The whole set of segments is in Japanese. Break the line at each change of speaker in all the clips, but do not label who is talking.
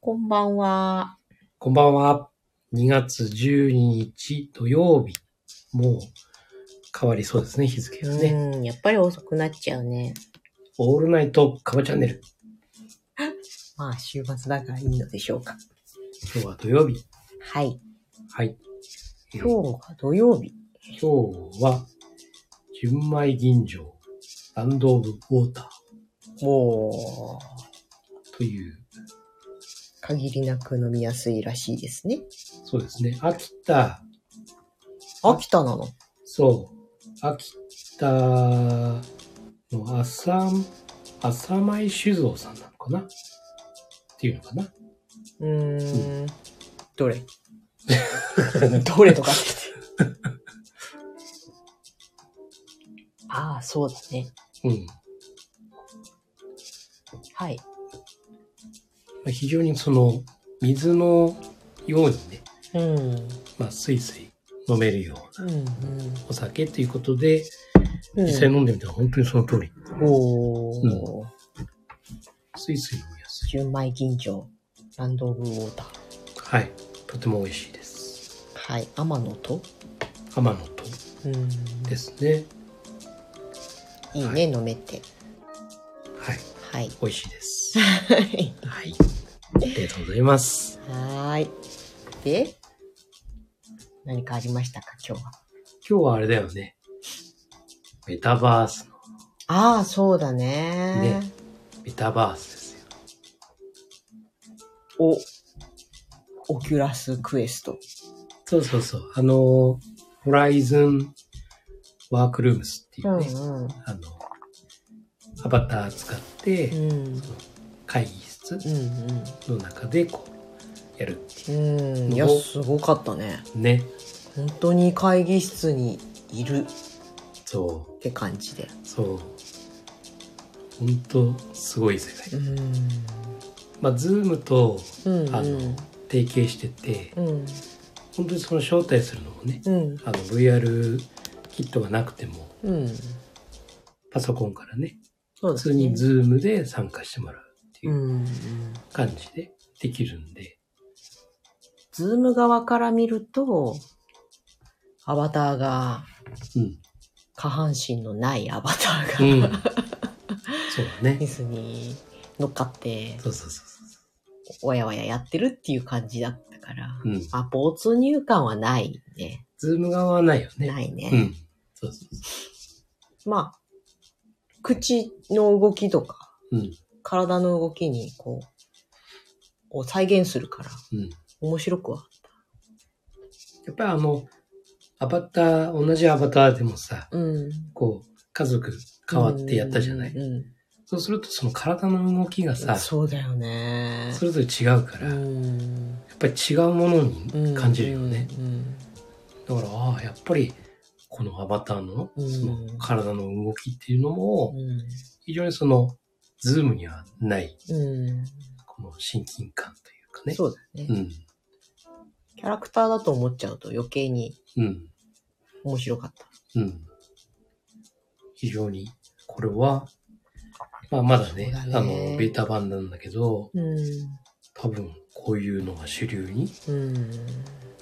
こんばんは。
こんばんは。2月12日土曜日。もう変わりそうですね、日付がね。
うん、やっぱり遅くなっちゃうね。
オールナイトカバチャンネル。
まあ、週末だからいいのでしょうか。
今日は土曜日。
はい。
はい。
今日が土曜日。
今日は、純米吟醸、ランドオブウォータ
もう、
ーという、
限りなく飲みやすいらしいですね。
そうですね。秋田、
秋田なの
そう、秋田の朝、朝前酒造さんなのかなっていうのかな
うーん。ど れどれ とかって言って。ああ、そうだね。
うん。
はい。
まあ非常にその水のようにね、
うん。
まあ、スイスイ飲めるような
うん、
お酒ということで、
うん。
実際飲んでみたら本当にその通り、
おー。
スイスイ飲みやすい。
純米吟醸ランド・オブ・ウォーター
はい。とても美味しいです。
はい天野と
天野と
うん
ですね。
いいね、
はい
飲めて
はい。
はい
美味しいです。 はい。ありがとうございます。
はーいで何かありましたか今日は
今日はあれだよね。メタバースの、
ああそうだね
ねメタバースですよ。
おオキュラスクエスト
そうそうそう。あの、ホライズンワークルームスっていううね、
んうん
あの、アバター使って、
うんうん
その会議室
うん
の中でこう、やるっていう
うんいやすごかったね
ね。
本当に会議室にいる
そ
って感じで
う、そう。ほんと、すごい世界。
うん
まあ、ズームと
うんうん
あの提携してて、
うん
本当にその招待するのもね、
うん
あの、VR キットがなくても、
うん
パソコンからね、
そう
普
で
通
す
に
ね。。
ズームで参加してもらうっていうん感じでできるんで、
ズーム側から見ると、アバターが、
うん。
下半身のないアバター
う
が、
ん。そうだ
ディ
ね。
ズニー乗っかって、
そうそうそうそ
わやわややってるっていう感じだったから、
う。うん。
まあ、没入感はないね。
ズーム側はないよね。
ないね。
うん。そうそうそ
まあ、口の動きとか、
う。うん。
体の動きに、こう、を再現するから、
うん。
面白くは。
やっぱりあの、アバター、同じアバターでもさ、
うん。
こう、家族変わってやったじゃない。
うんうん
そうするとその体の動きが
うん。
さ、そ
そうだよね。
れぞれ違うから、
う
や
ん
っぱり違うものに感じるよね。。
うん
だから、ああ、やっぱり、このアバターの、
うん
その体の動きっていうの
う
も、
ん
非常にその、ズームにはない、
うん
この親近感というかね。
そうだね、
うん。
キャラクターだと思っちゃうと余計に
うん。
面白かった。
うん。非常に、これは、まあまだ
そう
ね、
だね
あの、ベータ版なんだけど、
うん。
多分こういうのが主流に、
うん。
ま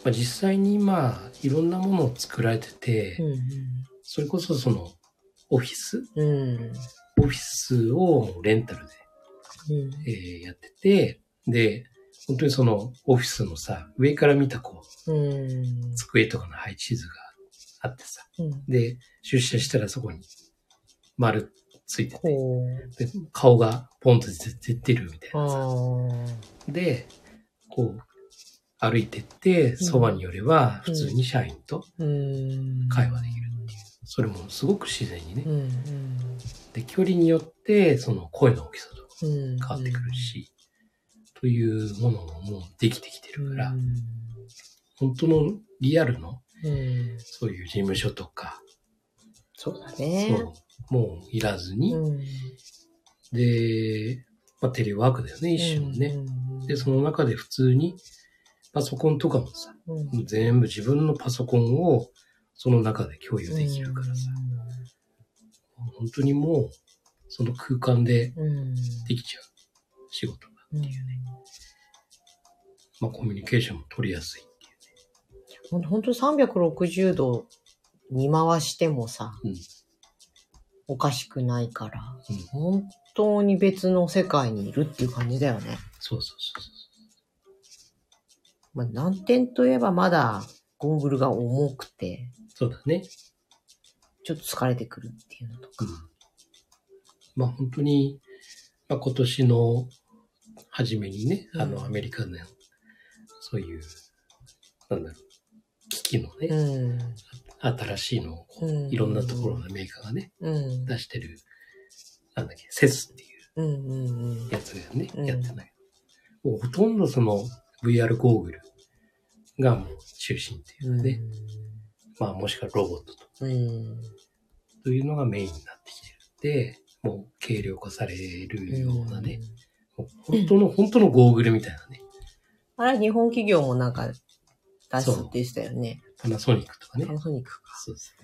あ、実際にまあいろんなものを作られてて、
う
それこそそのオフィス
ん。うん。
オフィスをレンタルで、えーやっててで本当にそのオフィスのさ上から見たこう
うん。
机とかの配置図があってさ
うん。
で出社したらそこに丸ついてて
こう。
で顔がポンと出てるみたいなさ
あ
でこう歩いてってそばに寄れば普通に社員と、
あ。うん。
会話できるっていう。それもすごく自然にね。
うん。うん。
で、距離によって、その声の大きさとか
うん。
変わってくるし、というものももうできてきて
う
る
ん。
から、本当のリアルの、
うん。
そういう事務所とか、
そうだね。
そう、もういらずに、
うん。
で、まあ、テレワークだよね、一種のね。
うん。
で、その中で普通に、パソコンとかもさ、
うん。
もう全部自分のパソコンを、その中で共有できるからさ、本当にもう、その空間で
うん。うん。
できちゃう仕事が
うん。
まあ、コミュニケーションも取りやすい。
ほん本当360度見回してもさ、
うん
おかしくないから、
うん
本当に別の世界にいるっていう感じだよね。
そうそうそうそう。
まあ、難点といえばまだゴーグルが重くて、
そうだね。
ちょっと疲れてくるっていうのとか。
まあ本当に、まあ、今年の初めにね、あ
うん
のアメリカの、そういう、なんだろう、機器のね、
うん。
新しいのをこう
うん
いろんなところのメーカーがね、
うん。
出してる、なんだっけ、セスってい
う
う
んうんうん。
やつがね、
うん
やってない。もうほとんどその VR ゴーグルがもう中心っていうので、まあもしくはロボットと
うん。
というのがメインになってきてるで、もう軽量化されるようなね、もう本当の、本当のゴーグルみたいなね、
あれ、日本企業もなんか出すでしたよね。
パナソニックとかね
パ。ナソニックか。
そうです。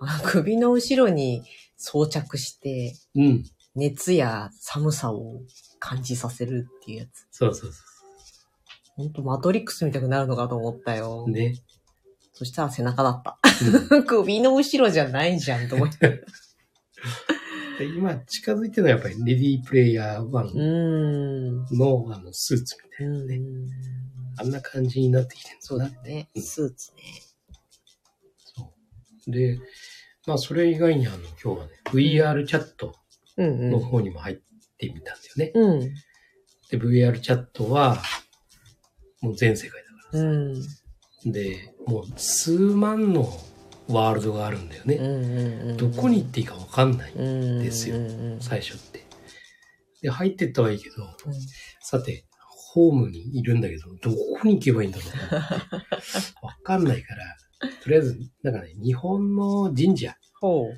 あ 首の後ろに装着して、
うん。
熱や寒さを感じさせるっていうやつ。
そうそうそ
ほんとマトリックスみたくなるのかと思ったよ。
う。ね。
そしたら背中だった。
うん
首の後ろじゃないじゃんと 思って。
で今、近づいてるのはやっぱりレディープレイヤー
う
1
ーん。
のあのスーツみたいなね。
うん
あんな感じになってきてるん
そうだね。スーツね。
そう。で、まあそれ以外にあの、今日はね、VR チャット
うん
の
うん。
方にも入ってみたんだよね。
うん。
で、VR チャットは、もう全世界だから。
うん。
で、もう数万のワールドがあるんだよ
うん
ね。
うんうん。
どこに行っていいかわかんない、
です
よ
うんうん
最初って。で、入ってったはいいけど、さて、ホームにいるんだけど、どこに行けばいいんだろうなって。わかんないから、とりあえず、なんかね、日本の神社
ほ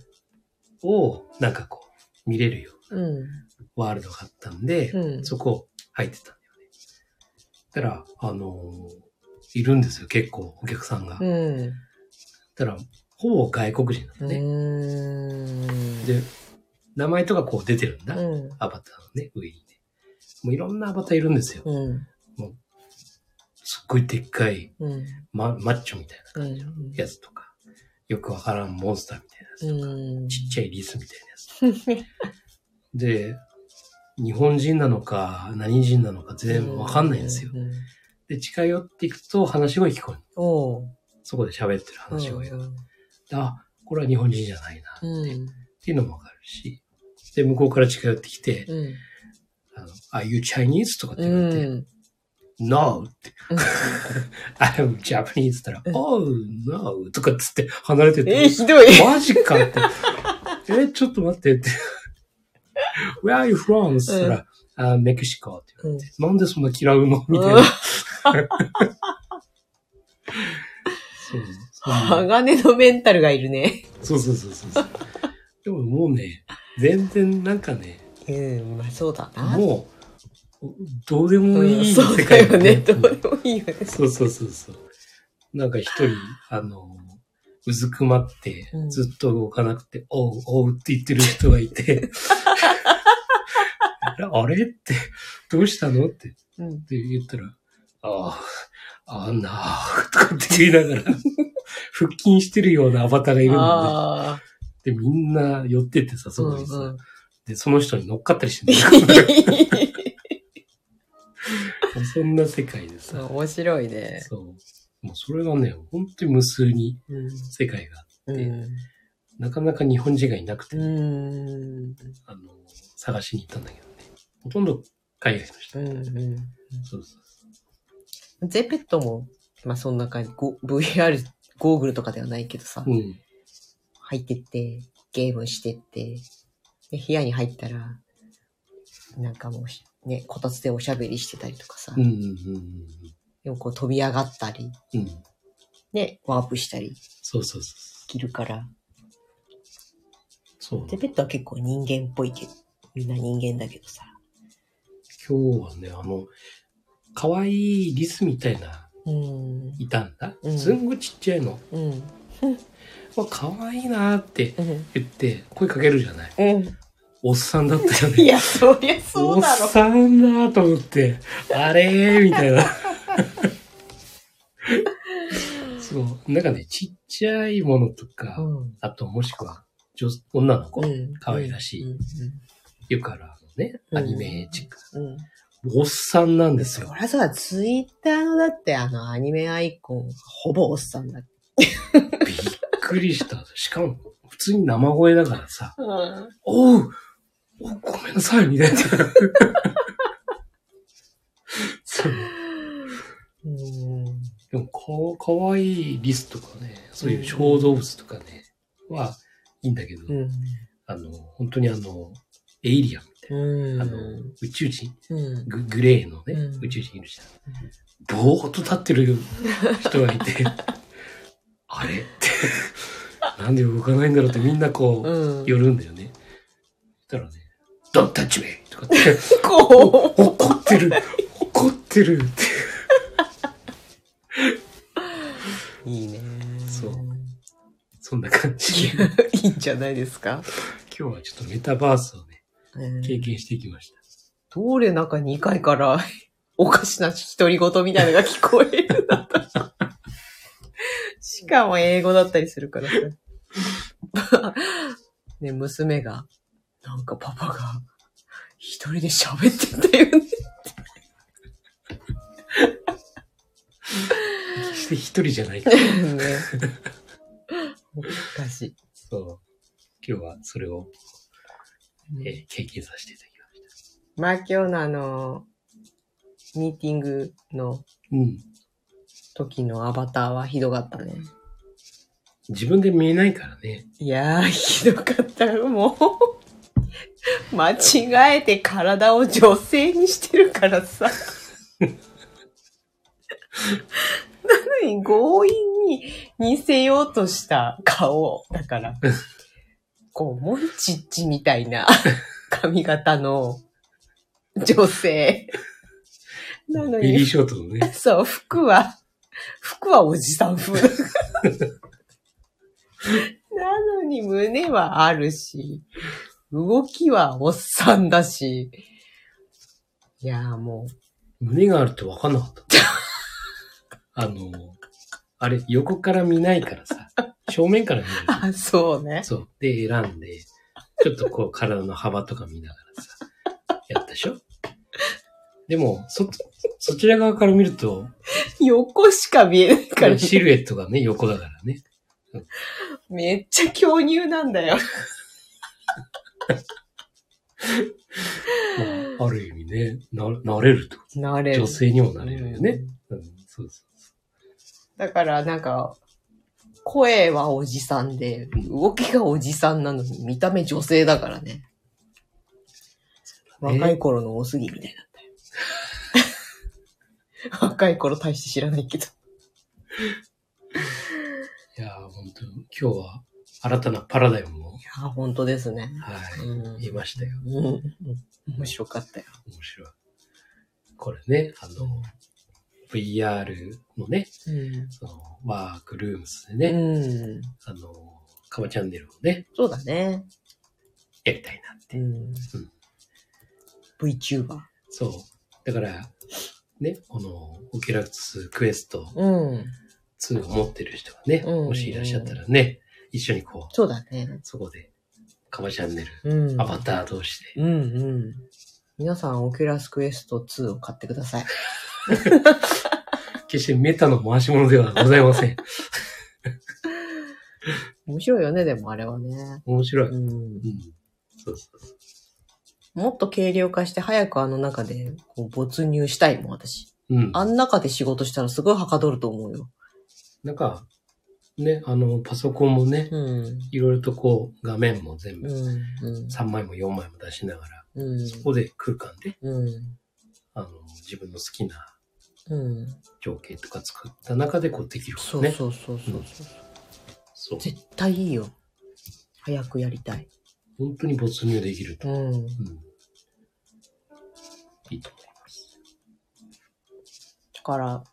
う。
を、なんかこう、見れるよ
う
う
ん。
なワールドがあったんで、
うん。
そこ入ってたんだよね。たら、あのーいるんですよ、結構、お客さんが。
うん。
たら、ほぼ外国人なんだ
う
ね。
ーん。
で、名前とかこう出てるんだ。
うん。
アバターのね、上にね。もういろんなアバターいるんですよ。
うん。
すっごいでっかい、
うん。
ま、マッチョみたいな
うん
感じのやつとか、よくわからんモンスターみたいなやつとか、
うん。
ちっちゃいリスみたいなや つとか。で、日本人なのか、何人なのか全然わかんないんですよ
う。うん。
で、近寄っていくと話が聞こえる。
おう。
そこで喋ってる話が、
うん
あ、これは日本人じゃないな、っ
うん。
ていうのもわかるし。で、向こうから近寄ってきて、
うん。
あの、Are you Chinese? とかって
う
言われて、
ん。
No! って、
うん
I'm Japanese って言った
うん
ら、Oh, no! とかっつって離れてって、
え、ひどい。
マジかって。え、ちょっと待ってって。Where are you from? って言ったら、あメキシコって言われて、なんでそんな嫌うのみたい な。
うん
そうそんな
鋼のメンタルがいるね。
そうそうそうそうそう。でももうね、全然なんかね、
うん、まあそうだな。
もう、どうでも
う
い
ん、
い
そう
世
だ
界
よ
だ
ね。どうでもいいよね。
そうそうそうそう。なんか一人、あの、うずくまって
う、ん
ずっと動かなくて、おう、おうって言ってる人が いて、あれって、どうしたのって
うん。
って言ったら、ああ、あんなあ、とかって言いな がら、腹筋してるようなアバターがいるんだ
ああ。
ね。で、みんな寄ってってさ、そこにさ、
うんうん
で、その人に乗っかったりし てる。そんな世界で
そう
さ、
面白いね。
そう。もうそれがね、本当に無数に
うん。
世界があって
うん。
なかなか日本人がいなくて、
うん。
あの、探しに行ったんだけどね。ほとんど海外の人。
うん。
そうそう
ゼペットも、まあそんな感じ、ゴ VR ゴーグルとかではないけどさ、
そう。うん。
入ってって、ゲームしてって、で部屋に入ったら、なんかもうし、ね、こたつでおしゃべりしてたりとかさ、
うんうん
でもこう飛び上がったり、
うんうん。うん。
ね、ワープしたり
そうそうそう
できるから、
そう。そう
ゼペットは結構人間っぽいけど、みんな人間だけどさ、
今日はね、あの、可愛いリスみたいな、
うん、
いたんだ
う。ん
すんごいちっちゃいの。
うん、
わ、可愛いなーって
うん、
言って、声かけるじゃない。
うん。
おっさんだったよ
い
ね。
や、そりゃそうだ
お
ろ
っ。さんだーと思って、あれーみたいな。そう。なんかね、ちっちゃいものとか、
うん。
あともしくは、女女の子、
うん。
可愛らしい
うん。
よくあるあのね、
うん
アニメチック。
うん。うん
おっさんなんです
そ
よ。
りゃそうだ、ツイッターのだってあのアニメアイコン、ほぼおっさんだって。
びっくりした。しかも、普通に生声だからさ、
うん。
おうおごめんなさいみたいな。そう
うん。
でもか、かわいいリスとかね、そういう小動物とかね、は、いいんだけど、
うん。
あの、本当にあの、エイリアンみたい
うん。
な、あの、宇宙人、
うん。
ググレーのね、
うん
宇宙人いるじゃん。ぼーっと立ってる人がい て、あれって、なんで動かないんだろうってみんなこう、
うん。
寄るんだよね。そしたらね、Don't touch me! とかって、
こう。
怒ってる怒ってるって。
いいね。
そうそんな感じ。 今
いいんじゃないですか。
日はちょっとメタバースを
う
ね、
ん
経験してきました。
どれなんか2回から おかしな独り言みたいなのが聞こえるなと。しかも英語だったりするからさ。 ね、娘が、なんかパパが一人で喋ってたよね。
決して一人じゃないか ら。
ね おかし
そう。今日はそれを、
い、ね
えー経験させていただきまし
まあ今日のあの、ミーティングの
た。うん。
時のアバターはひどかったね。
自分で見えないからね。
いやー、ひどかった。もう、間違えて体を女性にしてるからさ。なのに強引に似せようとした顔だから、こう、モンチッチみたいな髪型の女性。なの
ビリー
に、
ショートの ね。
そう、服は、服はおじさん 風。なのに胸はあるし、動きはおっさんだし。いやーも
胸があるって分かんなか った。あの、あれ、横から見ないからさ、正面から見る
う、。あ、そうね。
そう。で、選んで、ちょっとこう体の幅とか見ながらさ、やったでしょでも、そ、そちら側から見ると、
横しか見えないから、
シルエットがね、横だから ね。
めっちゃ巨乳なんだよ。
まあ、ある意味ね、な、なれるってこ
な
と。
れる。
女性にもなれるよね。うん、そうそうそ
だからなんか、声はおじさんで、動きがおじさんなのに、見た目女性だからね。
うだね
若い頃の大杉みたいだったよ。 若い頃大して知らないけど。
う。いやー、本当今日は新たなパラダイムを
い、やー、本当ですね。
はい、
うん
見ましたよ。
うん。面白かったよ。
面白い。これね、あの、VR のね、
うん。
そのワークルームスでね、
うん。
あの、カバチャンネルをね、
そうだね。
やりたいなって。
うん。VTuber。
そう。だから、ね、この、オキュラクスクエスト
うん。
2を持ってる人がね、
うん
もしいらっしゃったらね、一緒にこう、
そうだね。
そこで、カバチャンネル、
うん。
アバター同士で、
うんうん。皆さん、オキュラスクエスト2を買ってください。
決してメタの回し物ではございま せん。
面白いよね、でもあれはね。
面白い。う。
うんん。
そうそうそう。
もっと軽量化して早くあの中でこう没入したいもん、私。
うん。
あん中で仕事したらすごいはかどると思うよ。
なんか、ね、あの、パソコンもね、
うん。
いろいろとこう、画面も全
う
部、
ん。うん。
3枚も4枚も出しながら、
うん
そこで空間で、
うん。
あの、自分の好きな
うん。
情景とか作った中でこうできるか
そ
ら
う
ね。
そうそうそう。
そう。
絶対いいよ。早くやりたい。
本当に没入できると。
うん。
うん。いいと思います。
だから、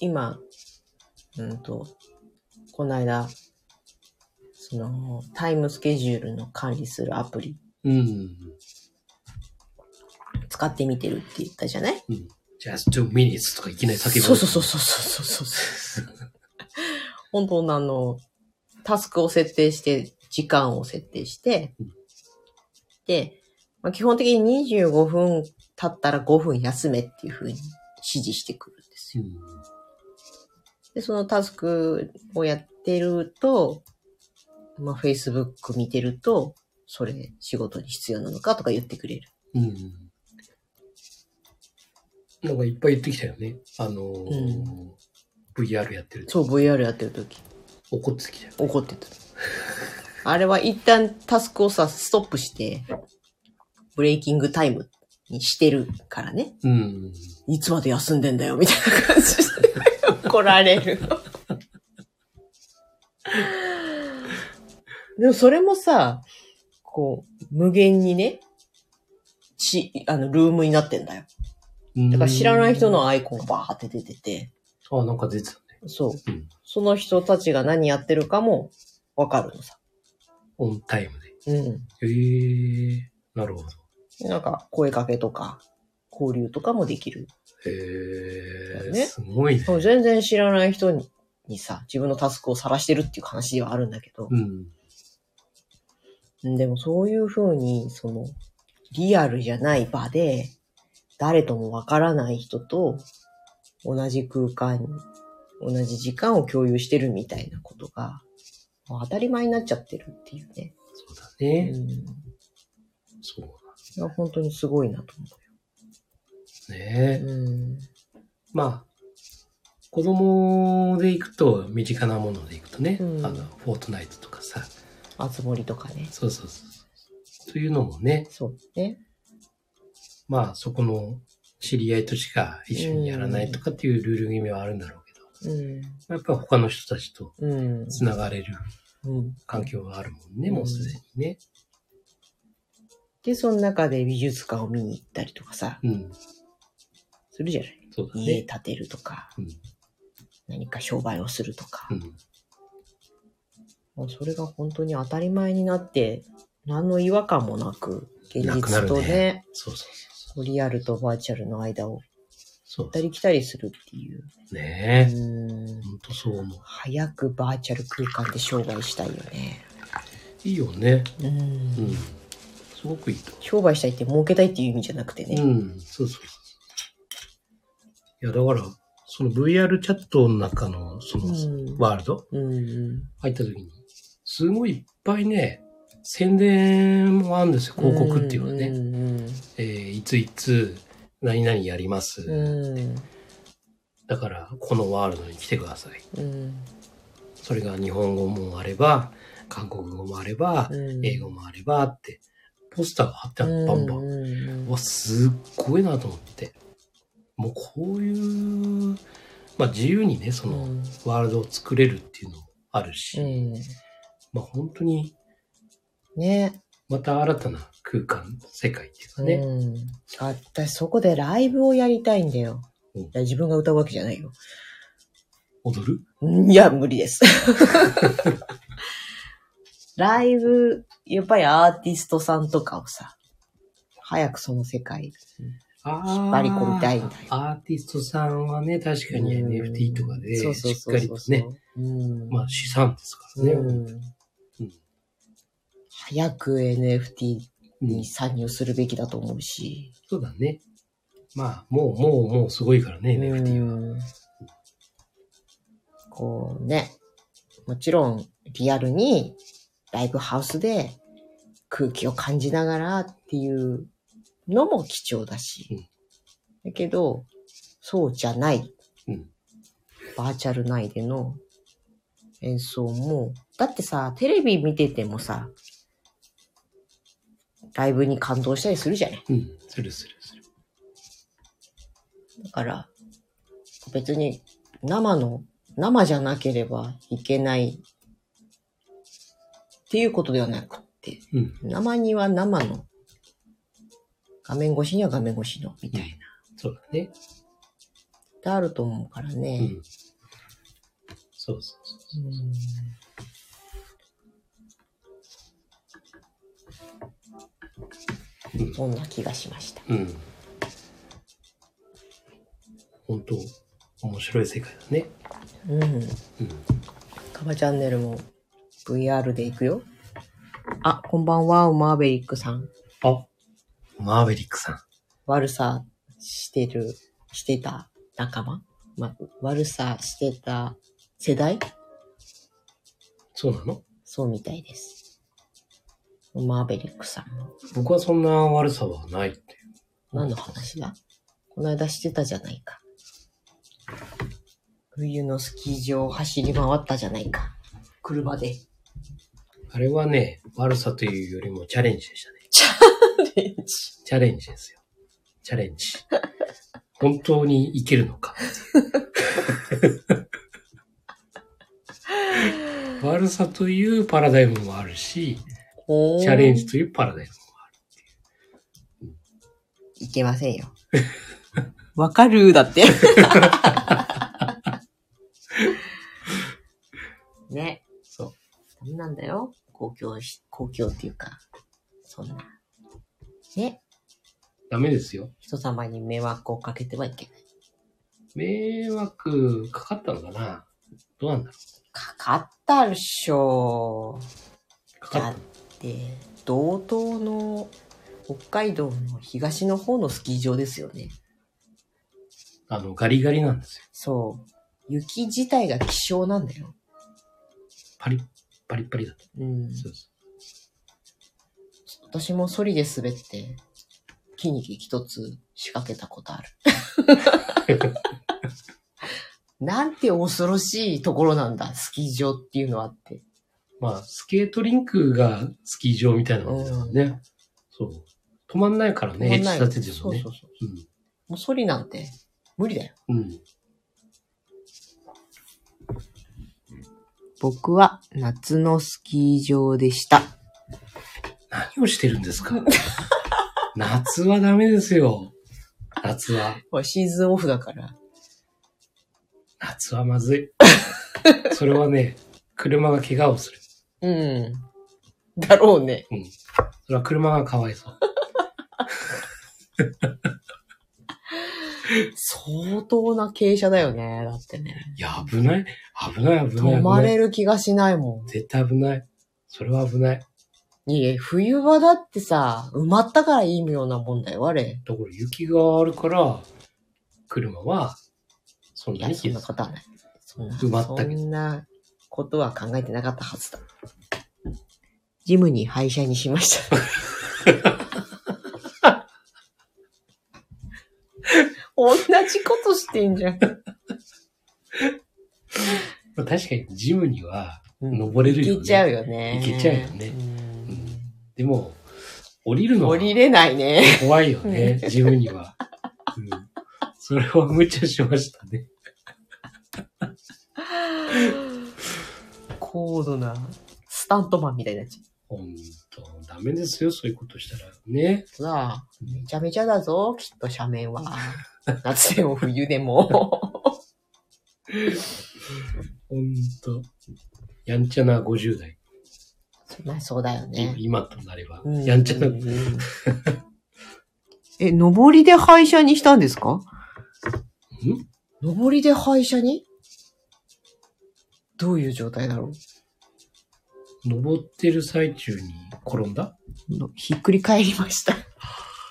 今、うんと、この間、その、タイムスケジュールの管理するアプリ
うん。
使ってみてるって言ったじゃない
うん。 just two minutes とかいきなり叫ぶ。
そうそうそうそうそうそうそう。 本当のあの、タスクを設定して、時間を設定して
うん、
で、まあ、基本的に25分経ったら5分休めっていうふうに指示してくるんですよ。
うん。
で、そのタスクをやってると、まあ、Facebook 見てると、それ仕事に必要なのかとか言ってくれる。
うん。なんかいっぱい言ってきたよね。あのー
うん
VR やってると
そう、VR やってる時
怒ってきたよ。
怒ってた。 あれは一旦タスクをさ、ストップして、ブレイキングタイムにしてるからね。
うん。
いつまで休んでんだよ、みたいな感じで怒られる。 でもそれもさ、こう、無限にね、ち、あの、ルームになってんだよ。だから知らない人のアイコンがバーって出てて、
うん。あ、なんか出てたね。
そう
うん。
その人たちが何やってるかもわかるのさ。
オンタイム
うん。
で。へえー。なるほど。
なんか、声かけとか、交流とかもできる。
へえー。
ね
すごいね。
そう全然知らない人ににさ、自分のタスクを晒してるっていう話ではあるんだけど、
うん。
でもそういう風に、その、リアルじゃない場で、誰ともわからない人と、同じ空間、同じ時間を共有してるみたいなことが、もう当たり前になっちゃってるっていうね。
そうだ
う
ね。
ん。い
そう
や、本当にすごいなと
だね。
思う。うん。
まあ、子供で行くと、身近なもので行くとね、
うん
あの、フォートナイトとかさ、
あつ森とかね。
そうそうそう。というのもね、
そうね。
まあ、そこの知り合いとしか一緒にやらないとかっていうルール決めはあるんだろうけど、
うん。
やっぱり他の人たちと
うん。
繋がれる
うん。
環境があるもんね、
うん
もうすでにね。
で、その中で美術館を見に行ったりとかさ、
うん、
するじゃない
そうだ
家
ね。
建てるとか、
うん
何か商売をするとか、
うん、
もうそれが本当に当たり前になって、何の違和感もなく、現
なくな
実
る
とね、
ねそうそう
リアルとバーチャルの間を
そう。
行ったり来たりするっていう。
そう
う
ね。
ーん。
ほんとそう思う。
早くバーチャル空間で商売したいよね。
いいよね。
う。
うんん。すごくいいと思う
商売したいって儲けたいっていう意味じゃなくてね。
うん、そうそうそう。いや、だから、その VR チャットの中の、その、
うん
ワールド
うん。うん。
入った時に、すごいいっぱいね、宣伝もあるんですよ、広告っていうのはね。
うん
えーいついつ、何々やります。
うん。うん
だから、このワールドに来てください。
うん。
それが日本語もあれば、韓国語もあれば、
うん
英語もあればって、ポスターが貼ってある、バンバン。
うんうん
うわ、すっごいなと思って。もうこういう、まあ自由にね、そ
うん
のワールドを作れるっていうのもあるし、
うん
まあ本当に
ね。
また新たな空間、世界っていうか
ね
ね。。
私そこでライブをやりたいんだよ。
うん
いや自分が歌うわけじゃないよ。
踊る
うんいや、無理 です。ライブ、やっぱりアーティストさんとかをさ、早くその世界。
あ
引っ張り込みたいんだよ
アーティストさんはね、確かに
うん
NFT とかで、
そう
し
そう
っ
そう
かり
そ
と
う
ね、。
うん
まあ資産ですからね。
うん
うん
早く NFT
うん
に参入するべきだと思うし。
そうだね。まあ、もう、もう、もうすごいからね、NFT は。
うんこうね、もちろんリアルにライブハウスで空気を感じながらっていうのも貴重だし、だけど、そうじゃない、
うん
バーチャル内での演奏も、だってさ、テレビ見ててもさ、ライブに感動したりするじゃない
うん、するするする。
だから、別に生の、生じゃなければいけないっていうことではなくって、
うん、
生には生の、画面越しには画面越しの、みたいな、
そうだね。
ってあると思うから
う
ね。
ん。そうそうそう。
うん
うん
そんな気がしました。
うん。本当面白い世界だね。
うん。
うん。
カバチャンネルも VR で行くよ。あ、こんばんは、マーベリックさん。
あ、マーベリックさん。
悪さしてる、してた仲間、ま、悪さしてた世代
そうなの
そうみたいです。マーベリックさんも。
僕はそんな悪さはないって。
何の話だこの間してたじゃないか。冬のスキー場を走り回ったじゃないか。車で。
あれはね、悪さというよりもチャレンジでしたね。チャレンジですよ。チャレンジ。本当にいけるの か。悪さというパラダイムもあるし、チャレンジ。というパラダイムもある。
いけませ んよ。わかるだって。ね。
そう。
ダメなんだよ。公共し、公共っていうか、そんな。ね。
ダメですよ。
人様に迷惑をかけてはいけない。
迷惑かかったのかなどうなんだろ
かかったでしょ
うかか
だ
っ
ったて、道東の北海道の東の方のスキー場ですよね。
あの、ガリガリなんですよ。
そう。雪自体が希少なんだよ。
パリッ、パリッパリだった。
うん。
そうそ
私もソリで滑って、筋肉一つ仕掛けたことある。なんて恐ろしいところなんだ、スキー場っていうのはって。
う。 まあ、スケートリンクがスキー場みたいなもんだからね。そう。止まんないからね、エッジ立てて
そ
も
う
ね
そう。そう。もうソリなんて無理だよ。
うん。うん。
僕は夏のスキー場でした。
何をしてるんですか 夏はダメですよ。夏は。
シーズンオフだから。
夏はまずい。それはね、車が怪我をする。
うん。だろうね。
うん。それは車がかわいそう。
相当な傾斜だよね。だってね。
いや、危ない。危ない、危ない。
止
危
ま
ない
れる気がしないもん。
絶対危ない。それは危ない。
いえ、冬場だってさ、埋まったからいいようなもんだよ、あれ。
だから雪があるから、車は、そん
いや、
なに
そんな
傷
ことはない。そんな、
埋まったけど
そんなことは考えてなかったはずだ。ジムに廃車にしました。同じことしてんじゃん。
まあ確かにジムには
うん
登れるよね。
いけちゃうよね。
いけちゃうよね
うん
でも、降りるのは
降りれないね。
怖いよね、ジムには。うん。それは無茶しましたね。
高度なスタントマンみたいになっちゃ
ほんと、ダメですよ、そういうことしたら。ね。
う。さあ、めちゃめちゃだぞ、きっと斜面は。夏でも冬で も。
ほんと。やんちゃな50代。
まあそうだよね。
今となれば。
うん
やんちゃな。
うんえ、上りで廃車にしたんですか上りで廃車にどういう状態だろ
登ってる最中に転んだ
うのひっくり返りました。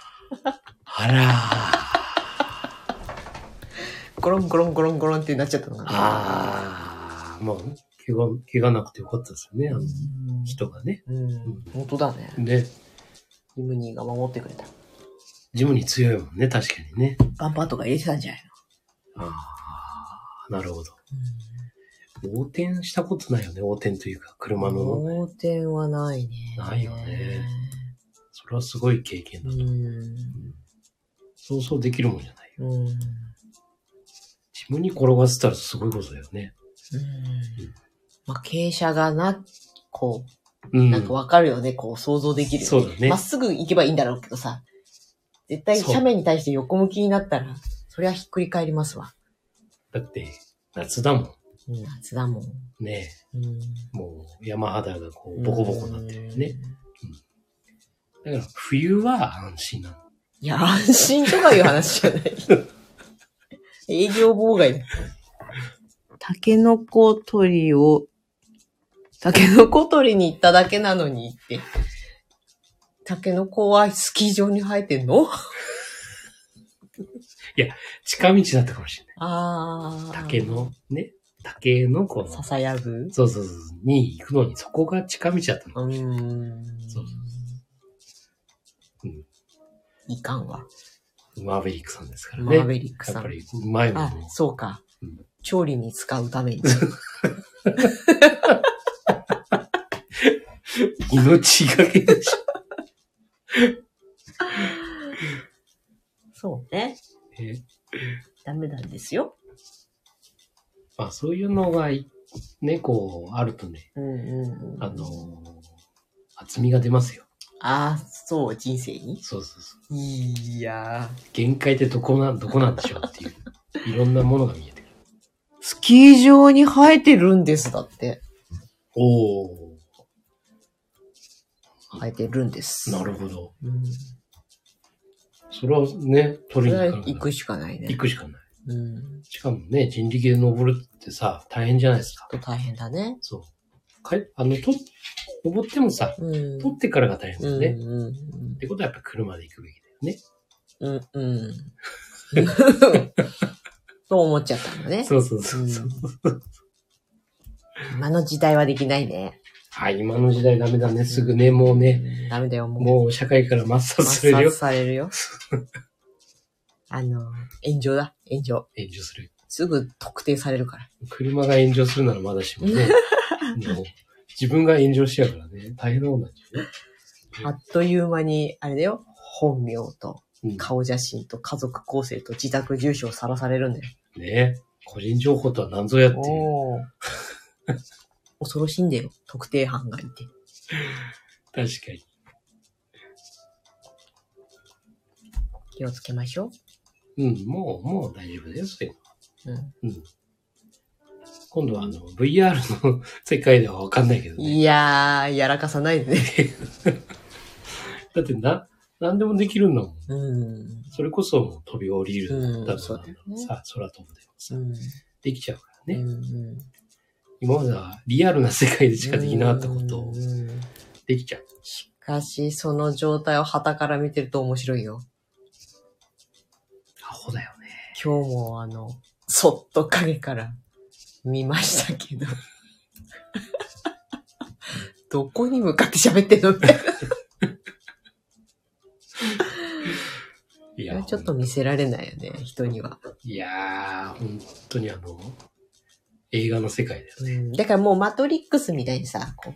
あら
ゴロンゴロンゴロンゴロンってなっちゃったのかな。
ああ、まあ、怪我、怪我なくてよかったですよね、あの人がね。
うん、本当だね。
で、
ジムニーが守ってくれた。
ジムに強いもんね、確かにね。
ガンパーとか入れてたんじゃない
ああ、なるほど。横転したことないよね、横転というか、車
の
の。
横転はないね。
ないよね。それはすごい経験
う
だ。
ん。
そうそうできるもんじゃないよ。
うん。うん
ジムに転がせたらすごいことだよね。
まあ、傾斜がな、こ
う
う、
ん。
なんかわかるよね、こう想像できるよね。
そうだね
まっすぐ行けばいいんだろうけどさ、絶対
そう
斜面に対して横向きになったら、そりゃひっくり返りますわ。
だって、夏だも
うん、夏だもん。
ん。ね
うん。
もう山肌がこう、ボコボコになってるよね。
うん。
だから、冬は安心なの。
いや、安心とかいう話じゃない。営業妨害だ。タケノコ取りを、タケノコ取りに行っただけなのにって。タケノコはスキー場に生えてんの
近道だったかもしれない。
ああ。
竹。の、ね、竹のこの
さ、さやぶ
そうそうそう、に行くのに、そこが近道だったの。
うーん。
そううん
いかんわ。
マーベリックさんですから
マ
ね。
ーベリックさん
やっぱり、うまいも
あ
の、を。
そうか
うん。
調理に使うために。
命がけでしょ。
そうね。
え
ダメなんですよ。
まあ、そういうのがい、ね、こう、あるとね、
うんうんうん。
あのー厚みが出ますよ。
ああ、そう、人生に
そうそうそう。
いや
限界ってどこな、どこなんでしょう っていう、いろんなものが見えてくる。
ー。スキー場に生えてるんです、だって。
おお
生えてるんです。
なるほど。
うん。
それはね、
そ
取り
れは
に行かな
行くしかないね。
行くしかない。
うん。
しかもね、人力で登るってさ、大変じゃないですか。
ちょっと大変だね。
そう。かいあの、と、登ってもさ、
うん。
取ってからが大変だ
う
よ
ん
ね。っ
うん
てことはやっぱ車で行くべきだよね。
うん。うんうん。 と思っちゃったのね。
そうそうそうそう。
今の時代はできないね。
はい、今の時代ダメだね。すぐね、もうね、
ダメだよ、もう。
もう社会から抹殺され
抹
るよ
殺。されるよ。あの、炎上だ、炎上。
炎上する。
すぐ特定されるから。
車が炎上するならまだしもね。もう自分が炎上しちゃうからね、大変なことになっちゃうよ。
あっという間に、あれだよ、本名と
うん
顔写真と家族構成と自宅住所をさらされるんだよ。
ね個人情報とは何ぞやっていう。
おー 恐ろしいんだよ、特定班がいて。
確かに。
気をつけましょ
うん、もう、もう大丈夫だよ、そういうの
う。う
今度はあの、VR の世界ではわかんないけど
ん、
ね。
いやー、やらかさないでね。
だってな、何でもできるんだもん。
うん。
それこそもう飛び降りる
うん
だ
そ
と
う
か、
だよね
さ、空飛ぶでも
う
さ、
ん。
できちゃうから
う
ね。
ん。
今まではリアルな世界でしかできなかったこと
う
を
ん
できちゃう。
しかし、その状態を旗から見てると面白いよ。
アホだよね。
今日もあの、そっと影から見ましたけ ど。どこに向かって喋ってんのみたい
いや
な。、 ちょっと見せられないよね、人には。
いやー、本当にあの、映画の世界だよね。
うんだからもうマトリックスみたいにさ、こ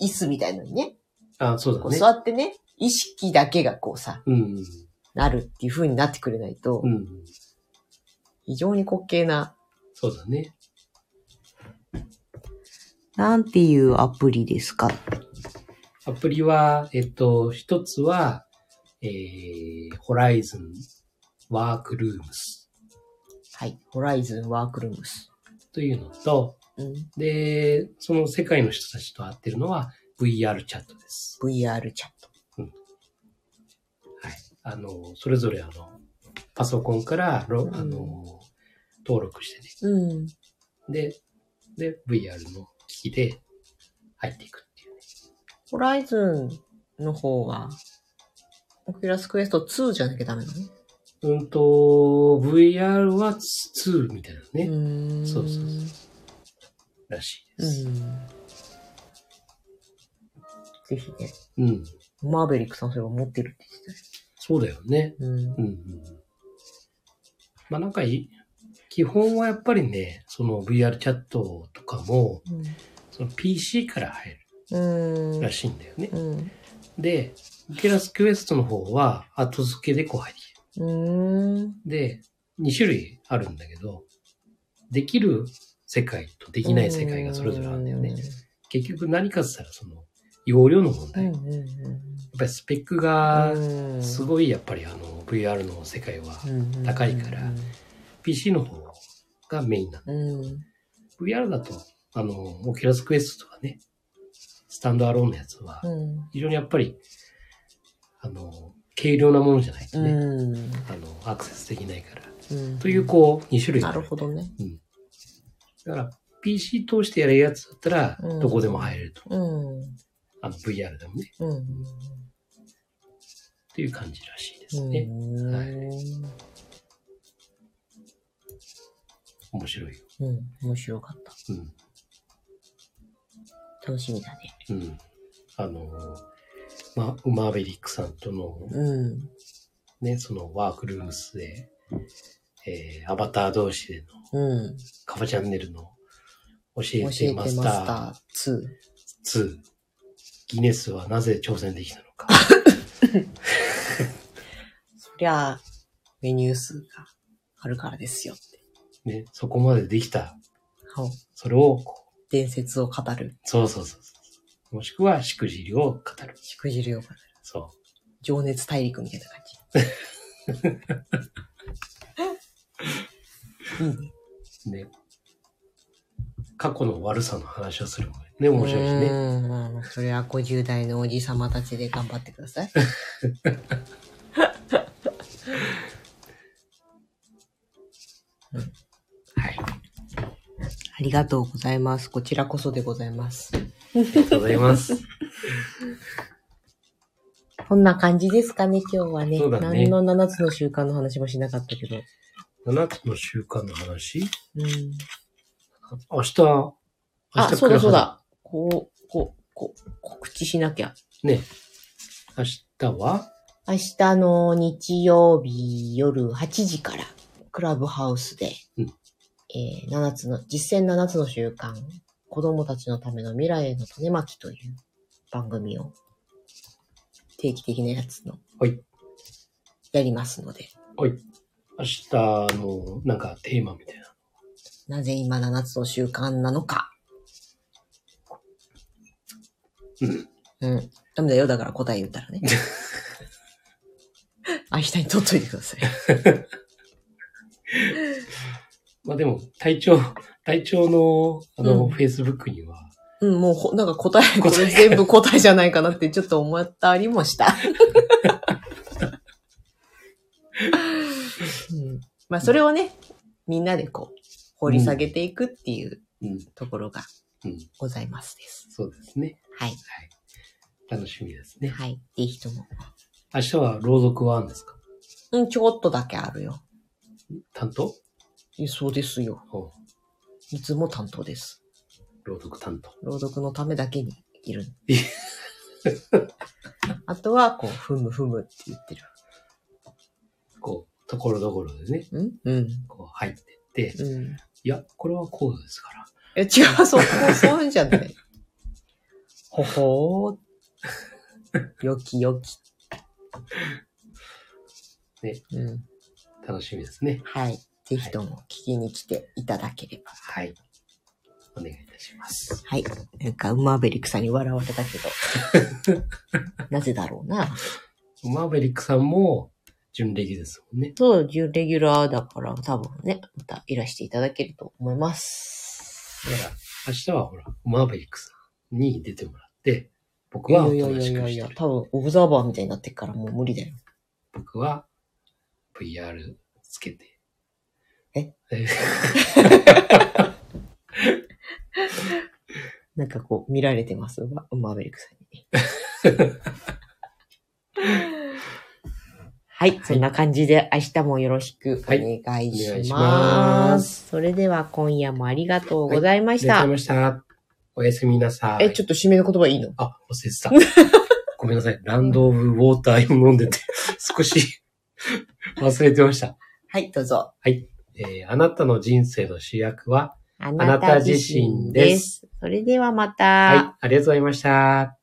う、椅子みたいのにね、
あ、そう
こ
だ
う
ね
座。ってね、意識だけがこうさ、
うん。
なるっていう風になってくれないと
う、ん。
非常に滑稽な。
そうだね。
なんていうアプリですか
アプリは、えっと、一つは、えー、ホライズンワークルームス
はい。ホライズンワークルームス。
というのと、
うん。
で、その世界の人たちと会ってるのは VR チャットです。
VR チャット。
はい。あの、それぞれあの、パソコンからロ、
うん
あの、登録してね。
うん。
で、で、VR の機器で入っていくっていうね。
ホライズンの方は、オキュラスクエスト2じゃなきゃダメなの
うんと、VR は2みたいなね、
ーん
そうそうらしいです。
ん。ぜひね、
うん。
マーベリックさんそれを持ってるって言って
そうだよね。
たよ。
うんうんうん。まあなんかい、基本はやっぱりね、その VR チャットとかも、その PC から入
うん。う
る
ん
ら。しいんだよね。
うん。
で、オキュラスクエストの方は後付けでこう入ってきて
うん。
で、2種類あるんだけど、できる世界とできない世界がそれぞれあるんだよね。結局何かっつったらその容量の問
う
題。
ん。
やっ
うん。うん。
ぱりスペックが
うん
すごいやっぱりあの VR の世界は
うん
高いから PC の方がメインなんだ。
うん。
VR だとあの、オキュラスクエストとかね、スタンドアローンのやつは
うん。
非常にやっぱりあの、軽量なものじゃないと
う
ね、
ん。
あの、アクセスできないから、
うん
という、こう、2種類が
な
あ
るほどね。
だから、PC 通してやるやつだったら
うん、
どこでも入れると。
うん。
あの、VR でもね。
うん。
という感じらしいで
う
す
ん。
ね。は
う
面白いよ。
ん。面白かった。
うん。
楽しみだね。
うん。あのー、ま、マーベリックさんとの
うん。
ね、そのワークルームスで、えー、アバター同士での、
うん。
カバチャンネルの教
教
え
えて
て
マ
マス
ス
タ
ター
ー2、ギネスはなぜ挑戦できたのか。
2。そりゃあ、メニュー数があるからですよって。
ね、そこまでできた。
はい
それをこう、
伝説を語る。
そうそうそうそう。もしくは、しくじりを語る。
しくじりを語る。
そ
情熱大陸みたいな感 じ。いいね。
う。ね。過去の悪さの話をするもんね。面白いし
う
ね。
ーんまあまあそれは50代のおじさまたちで頑張ってください。
はい。
ありがとうございます。こちらこそでございます。
ありがとうございます。
こんな感じですかね、今日はね。
そうだね
何の7つの習慣の話もしなかったけど。
7つの習慣の話
うん。
明日、明
あ、
日
そう
来
だ
るはず
そう。だ。こう、こう、こう、告知しなきゃ。
ね。明日は
明日の日曜日夜8時から、クラブハウスで、
うん
えー、7つの、実践7つの習慣、子供たちのための未来への種まきという番組を、定期的なやつの、
はい
やりますので、
明日の、なんかテーマみたいな。
なぜ今7つの習慣なのか。
うん。
うん。ダメだよ、だから答え言った らね。明日に取っといてください。
まあでも、隊 長、隊長の、あの、
うん
Facebook には、
うん、もうほ、なんか答え、こ
答え
れ全部答えじゃないかなってちょっと思ったりも した。うん、まあ、それをね、みんなでこう、掘り下げていくっていう
うん、
ところが
うん、
ございますです。
そうですね。
はい。
楽しみですね。
はい。ぜひとも。
明日は朗読はあるんですか
うん、ちょこっとだけあるよ。
担当
いやそうですよ。
お
いつも担当です。
朗読担当。
朗読のためだけにい る
い。
あとは、こう、ふむふむって言ってる。
こう、ところどころでね、
うんうん。
こう入ってって、
うん。
いや、これはこうですから。
え、違う、そう、そうそういうんじゃない。 ほほー。 よきよき。
ね。
うん。
楽しみですね。
はい。ぜひとも聞きに来ていただければ。
はい。お願いいたします。
はい。なんか、馬べりくさんに笑われたけど。 なぜだろうな。
マーベリックさんも、準レギュですもんね。
そう、準レギュラーだから、多分ね、またいらしていただけると思います。
だから、明日はほら、マーベリックさんに出てもらって、僕はおと
いやい
な
や
し
いや
く
い
して
や、
る。
多分、オブザーバーみたいになってっからもう無理だよ。
僕は VR つけて。
えなんかこう、見られてます、馬馬べりくさんに。 はい、そんな感じで明日もよろしくお願いします。
はいお願いします
それでは今夜もありがとうございま
あり
し
がと
た。
うございました。おやすみなさい。
え、ちょっと締めの言葉いいの
あ、忘れてた。 ごめんなさい。ランドオブウォーター今飲んでて、 少し 忘れてました。
はい、どうぞ。
えーあなたの人生の主役は、
あ
なた自身です
それではまた。
はい、ありがとうございました。